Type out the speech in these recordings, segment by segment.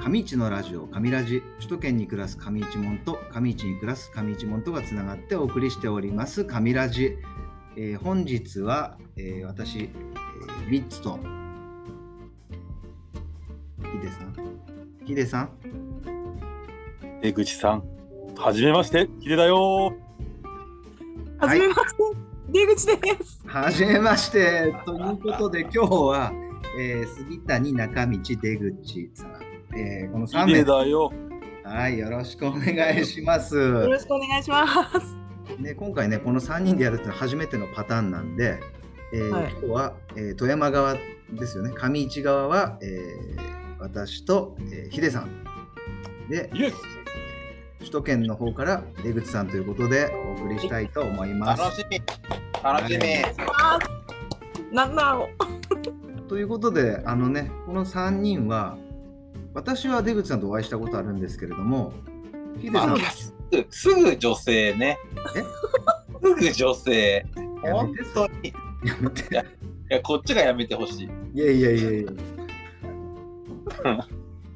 上市のラジオ上ラジ首都圏に暮らす上市門と上市に暮らす上市門とがつながってお送りしております上ラジ、えー本日は、えー私、えーリッツとヒデさんヒデさん出口さん、はじめまして、ヒデだよはじめまして、出口です。はじめましてということで今日は、えー杉谷中道出口さん、えーこのー。 3ヒデ名だよはいよろしくお願いします。よろしくお願いします。ね、今回ねこの3人でやるっていうのは初めてのパターンなんで、えーはい今日は、えー富山側ですよね上市側は、えー私と、えーヒデさんでイエス首都圏の方から出口さんということでお送りしたいと思います。楽しみ楽しみ、なんだろう。ということであのねこの3人は私は出口さんとお会いしたことあるんですけれどもヒデさあんのすぐすぐ女性ねえすぐ女性や本めて当にいやめてやこっちがやめてほしいいやいやいやいや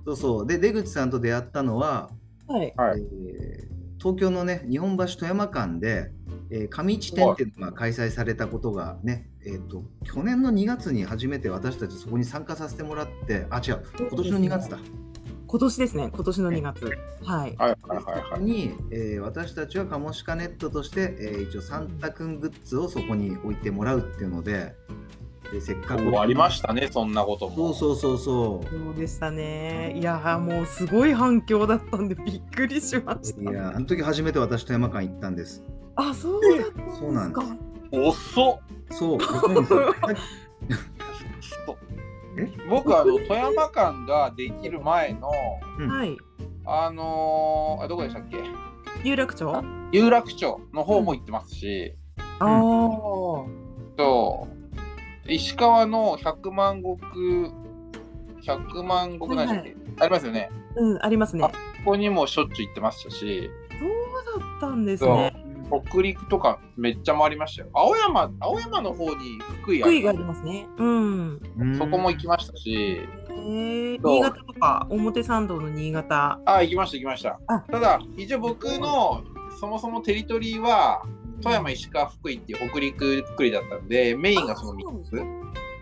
そうそうで出口さんと出会ったのははい。はいえー東京のね日本橋富山間で、えー上市展っていうのが開催されたことがね、えー、と去年の2月に初めて私たちそこに参加させてもらってあ違う今年の2月だ、今年ですね。今年の2月。はい。はいはいはいはい。に、えー私たちはカモシカネットとして、えー一応サンタくんグッズをそこに置いてもらうっていうのででせっかく終わりましたね、そんなことそも。うそうそうそうそうでしたね。いやーもうすごい反響だったんでびっくりしましいやた。ーあの時初めて私富山間行ったんですあ、そうだったんですか。そうなんです遅っそ う僕にさえ僕あの富山間ができる前のはい。あのーあどこでしたっけ有楽町。あ有楽町の方も行ってますし、あー。と石川の百万石百万石なんでしたっけ、ありますよねうん、ありますね。あここにもしょっちゅう行ってましたしそうだったんですね。北陸とかめっちゃ回りましたよ青山青山の方に福井あ福井りがまありますね。うん。うんすそこも行きましたしえー、そう新潟とか表参道の新潟。あ行きました行きましたあただ一応僕のそもそもテリトリーは富山石川福井っていう北陸くくりだったんでメインがその3あそうつえ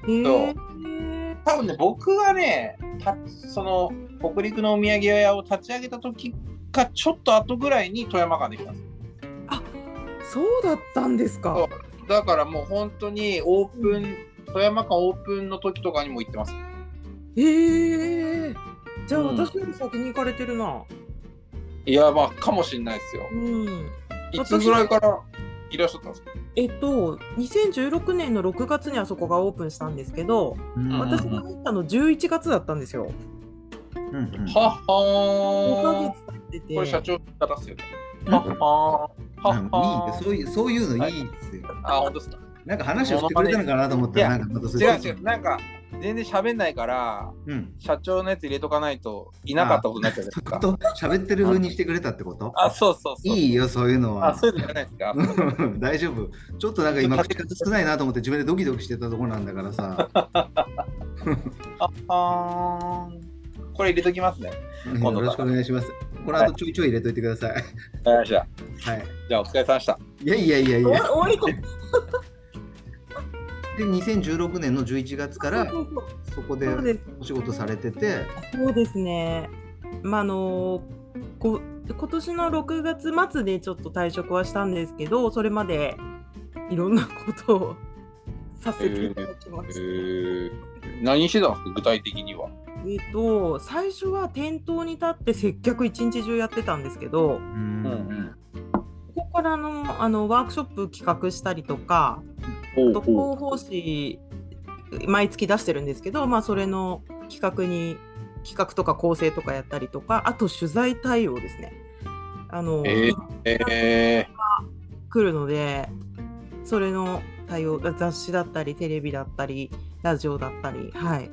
ー、多分ね僕がねたその北陸のお土産屋を立ち上げた時かちょっと後ぐらいに富山間できたんですそうだったんですか。そうだからもう本当にオープン富山間オープンの時とかにも行ってますええじゃあうん私より先に行かれてるな。いやまあかもしれないですようん。いつぐらいからいらっしゃったんですかえっと2016年の6月にあそこがオープンしたんですけど、うん私が入ったの11月だったんですよ。うんうんはっ5はヶー月経ってて。これ社長からっすよね。はっはーはなんっかいいねはーそういうそういうのいいですよ。あ、本当ですか。なんか話をしてくれたのかなと思ったら、いなんかまたそれ違う違う。なんか全然喋んないからうん。社長のやつ入れとかないといなかったことになっちゃうじゃないですちょっか。と喋ってる風にしてくれたってことあ、そうそうそう。いいよ、そういうのあ、は。そういうのじゃないですか。うん 大丈夫。ちょっとなんか今、口数少ないなと思って自分でドキドキしてたところなんだからさ。はーんこれ入れときますね。うん 今よ度からろしくお願いします。この後ちょいちょい入れといてください。わかりました。はい。じゃあお疲れ様でした。いやいやいやい終や。わり終わりか。で、2016年の11月からそうそうそこでそうですお仕事されてて、そうですね。まああのこ今年の6月末でちょっと退職はしたんですけど、それまでいろんなことをさせていただきました。何してたんですか具体的には。えっと、最初は店頭に立って接客一日中やってたんですけどううんんここからのあのワークショップ企画したりとかうん。あと広報誌毎月出してるんですけど、まあ、それの企画に企画とか構成とかやったりとかあと取材対応ですね。あのええ来るのでそれの対応雑誌だったりテレビだったりラジオだったりはい、ー。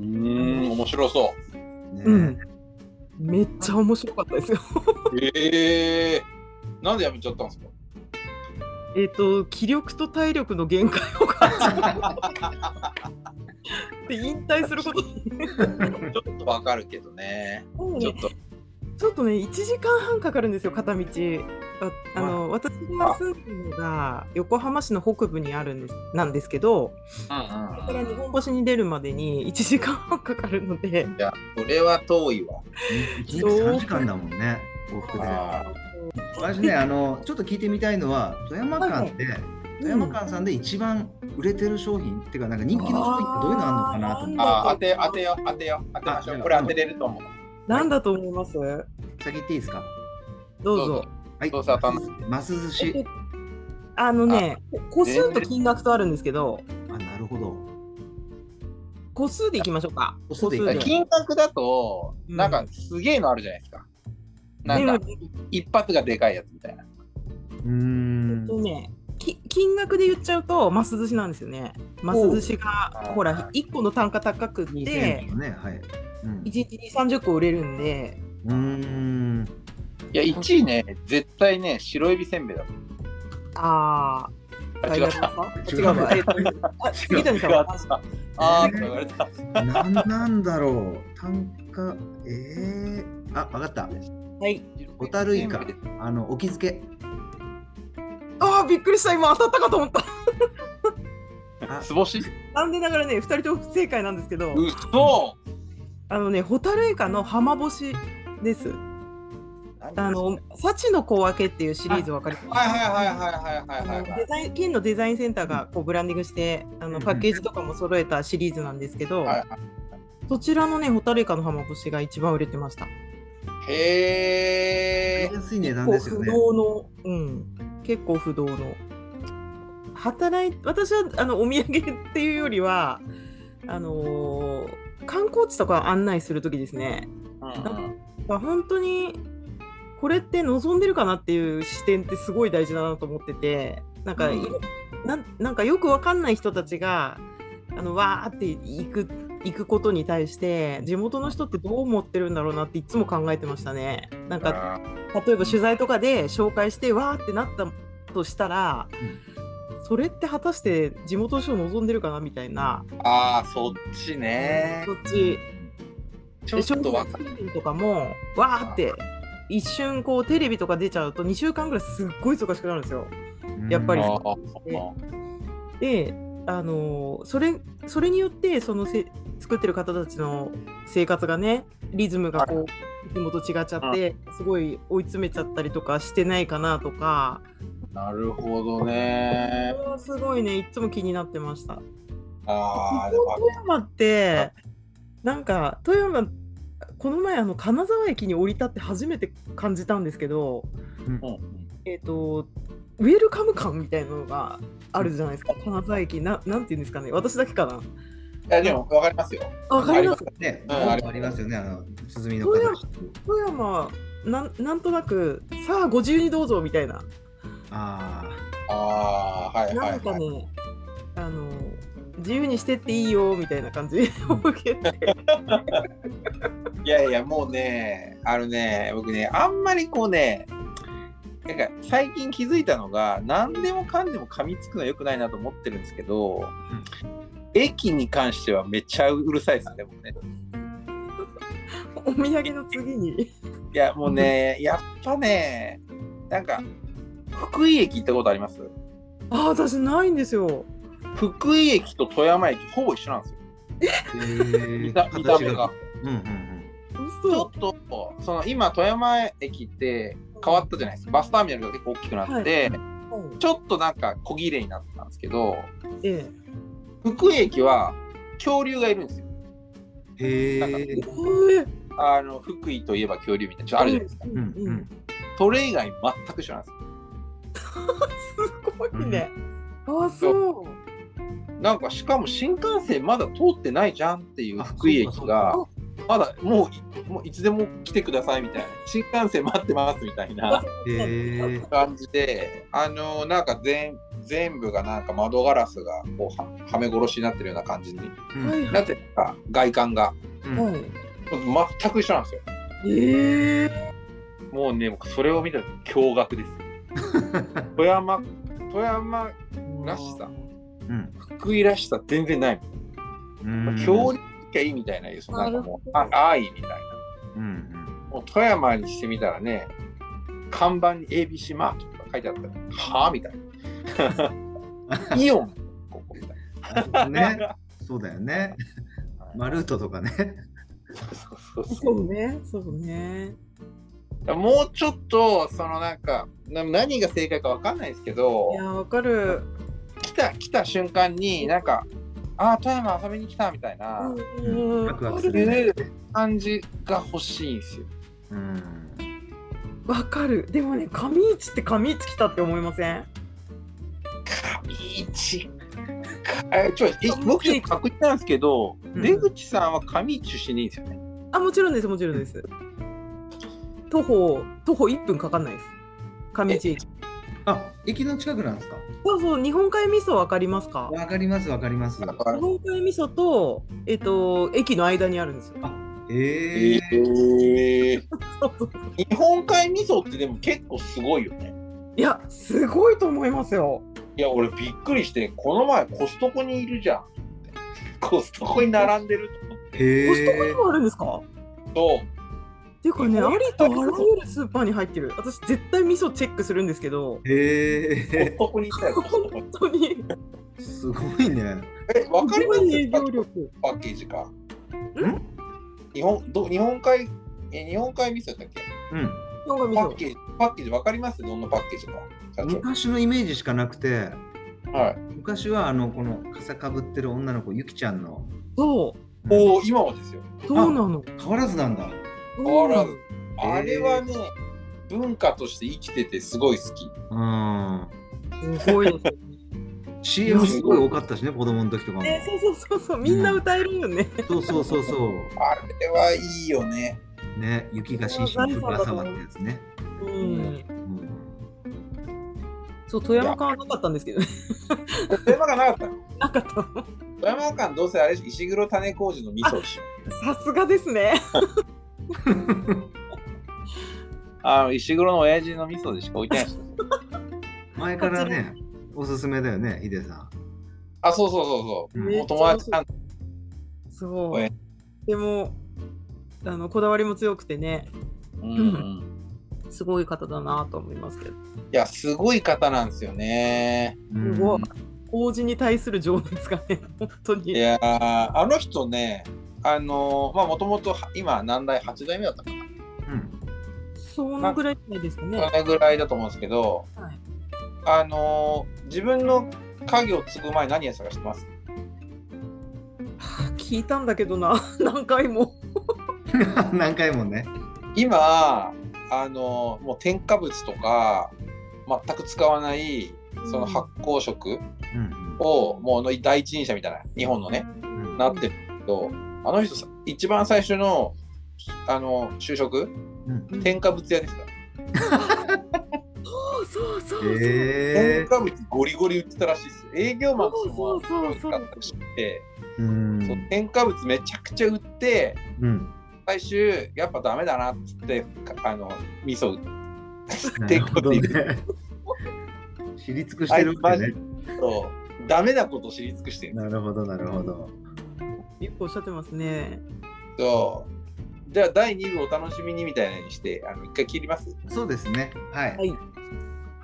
うーん、面白そう。ね うん、めっちゃ面白かったですよ。ええなんでやめちゃったんですか。えっと気力と体力の限界を感じたって引退すること にちょっとわかるけどね。ちょっと。ちょっとね、1時間半かかるんですよ、片道。ああの私が住んでるのが横浜市の北部にあるんですなんですけど、うんこれから日本橋に出るまでに1時間半かかるので、いや、これは遠いわ。 1日3時間だもんね、往復で。あ私ね、あの、ちょっと聞いてみたいのは、富山間で、富山間さんで一番売れてる商品っていうか、なんか人気の商品ってどういうのあんのかなと思っあー、当て、当てよ、当てよ、当てましょう。これ当てれると思う。なんだと思いますて、先言っていいですかどうぞ。はい、どうせ頭ます寿司。あのね、個数と金額とあるんですけど、あ、なるほど。個数でいきましょうか。個数でいい個うん金額だと、うんなんかすげえのあるじゃないですか。なんかでも一発がでかいやつみたいな。うーえっん。とね、き金額で言っちゃうと、ます寿司なんですよね。ます寿司がおうほあーら、1個の単価高く2000て円、のね、はい。うん1日に30個売れるんで、うーん。いや、1位ね、絶対ね、白エビせんべいだと思う。あー、あ違った違うわ。えっとあ杉谷さんはあーって言われた。なんなんだろう。単価、えー、あ、わかった。はい。ホタルイカ、あの、沖漬け。あー、びっくりした、今当たったかと思った。 すぼし残念ながらね、2人とも不正解なんですけど、うそあのね、ホタルイカの浜干しです。あの、幸の小分けっていうシリーズわかりますはいはいはいはいはいはいはいデ。ザイン金のデザインセンターがこうブランディングしてあうんうのんパッケージとかも揃えたシリーズなんですけど、はいそちらのねホタルイカの浜干しが一番売れてました。へえ。安い値段こうですよ不ね。動の、うん、結構不動の働い私はあのお土産っていうよりはあのー観光地とか案内する時ですね。まあ本当にこれって望んでるかなっていう視点ってすごい大事だなと思っててなんか,、うんなんなんかよくわかんない人たちがあのわーって行く行くことに対して地元の人ってどう思ってるんだろうなっていつも考えてましたね。なんか例えば取材とかで紹介してわーってなったとしたら、それって果たして地元の人望んでるかなみたいな、ああ、そっちねそ。っちちょっとわわかる。とかもわーって一瞬こうテレビとか出ちゃうと2週間ぐらいすっごい忙しくなるんですよ。やっぱりうんああであのーそれそれによってそのせ作ってる方たちの生活がねリズムがこういつもと違っちゃってすごい追い詰めちゃったりとかしてないかなとかなるほどそれね。はすごいねいつも気になってました。ああ、でも富山ってなんか富山この前あの金沢駅に降り立って初めて感じたんですけどえっ、と、ウェルカム感みたいなのがあるじゃないですか、金沢駅、ななんていうんですかね、私だけかな。いやでもわかりますよ。あわかりますね、うんありますよね、あの、鼓の形。富山なん、なんとなく、さあ、ご自由にどうぞみたいな、あああ、はいはなんいかはい。ね、あの、自由にしてっていいよみたいな感 じを受けて、いやいや、もうね、あのね、僕ね、あんまりこうね、なんか最近気づいたのが、何でもかんでも噛みつくのは良くないなと思ってるんですけど、駅に関してはめっちゃうるさいですね、僕ね。お土産の次に。いや、もうね、やっぱね、なんか、福井駅行ったことありますああ、私ないんですよ。福井駅と富山駅、ほぼ一緒なんですよ。あ。えー見た見た目が。。うんうんうん。ち嘘ょっと、その今、富山駅って変わったじゃないですか。バスターミナルが結構大きくなって、はいちょっとなんか小切れになったんですけど、え福井駅は恐竜がいるんですよ。へえ。え。ええあの福井といえば恐竜みたいなちょっとあるじゃないですか。うんううんんそれ以外全く一緒なんですすごいね。ああ、そう。よ。なんかしかも新幹線まだ通ってないじゃんっていうあ福井駅そうがかまだもういもういつでも来てくださいみたいな新幹線待ってますみたいなうん。へえ。感じであのなんか全全部がなんか窓ガラスがこうははめ殺しになってるような感じにうんはいはなってるか外観がうんい。はい全く一緒なんですよ。ええもうね僕それを見たら驚愕です。富山富山らしさうん。福井らしさ全然ない。うん協力しきゃいいみたいなですなんかもうあ安易みたいなうんもう富山にしてみたらね看板に ABC マークとか書いてあったらはあみたい なイオンここみたいなうん。ね。そうだよね。マルートとかね。そうそうそうそうね、そうね。もうちょっとそのなんかな何が正解かわかんないですけどいや、わかる。来た来た瞬間になんか「ああ富山遊びに来た」みたいなうんワクワわクかするね。る。感じが欲しいんですよ。うん。わかる。でもね、上市って上市来たって思いません。上市えちょえ僕ちょっと確認なんですけど、ん出口さんは上市出身でいいんですよね。あ、もちろんです、もちろんです。徒歩、徒歩一分かかんないです。上市駅。あ、駅の近くなんですか。そうそう、日本海味噌わかりますか。わかりますわかります。日本海味噌と、えっと、駅の間にあるんですよ。えええー、そうそう日本海味噌ってでも結構すごいよね。いや、すごいと思いますよ。いや俺びっくりしてこの前コストコにいるじゃん。コストコに並んでると思ってコストコへにえ。もあるんですか。っていうかね、えありとあらゆるスーパーに入ってる。私絶対味噌チェックするんですけど、へえ。コストコに行ったよ。コストコ本当に。すごいね。え、わかりますすごい営業力。パッケージか。日本ど日本海え日本海味噌やったっけうん。なんか味パッ噌。ケージパッケージわかりますどんなパッケージか。社長昔のイメージしかなくて、はい。昔はあのこの傘かぶってる女の子ゆきちゃんのそおお今はですよ。う、そうなの。変わらずなんだ。変わらずず。あれはね、文化として生きててすごい好き。うん。すごいですよ CM すごい多かったしね、子供の時とかも。ね。そうそうそうそう、みんな歌えるよね。そうそうそうそあれはいいよね。う。ね、雪がしんしん降る朝はってやつね。うん。うんそう、富山間はなかったんですけどね。富山がなかったの。 なかった。富山間どうせあれ石黒種麹の味噌でしょ。さすがですね。あの石黒の親父の味噌でしか置いてないです。 前からね、おすすめだよね、ヒデさあ、そうそうそうそん。う。うねんもう友達なんでそこれう。でも。あの、こだわりも強くてね。うんうんすごい方だなと思いますけど。いや、すごい方なんですよね。うんすごい。王子に対する情熱がね、本当に。いやーあの人ねあのーまあもともと今何代8代目だったかなうんそのぐらいじゃないですかね。それぐらいだと思うんですけど、はいあのー自分の家業を継ぐ前何やってたか知ってます聞いたんだけどな、 何回も。 何回もね。今あのーもう添加物とか全く使わないその発酵食うんをもうの第一人者みたいな日本のねうんなってるけどあの人さ一番最初のあの就職うんうん添加物屋ですからそうそうそうそう。へ添え。加物ゴリゴリ売ってたらしいですよ営業マンとしてそもうそうそうそうったらしくてうんそう添加物めちゃくちゃ売ってうん最終やっぱダメだなっつってかあの味噌な添る加ほど物ねに行く。知り尽くしてるわけね。とダメなことを知り尽くしてるんでなるほど、なるほど。よくおっしゃってますね。すよじゃあ第2部お楽しみにみたいなのにしてあの一回切りますそうですね。はい。はい。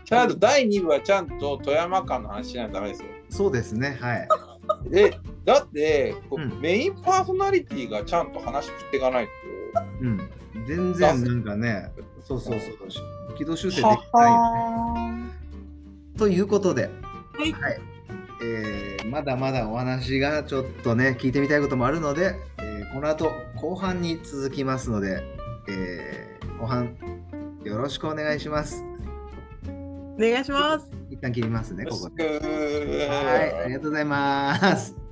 ちゃんと第2部はちゃんと富山間の話しないとダメですよそうですね。はい。でだってこううんメインパーソナリティがちゃんと話振っていかないとうん。全然なんかね、そうそうそう。し軌道修正できないよね。はということで、いえーまだまだお話がちょっとね、聞いてみたいこともあるので、えーこの後後半に続きますので、えー後半よろしくお願いします。お願いします。一旦切りますね、ーんよろここしで。くはい、ありがとうございます。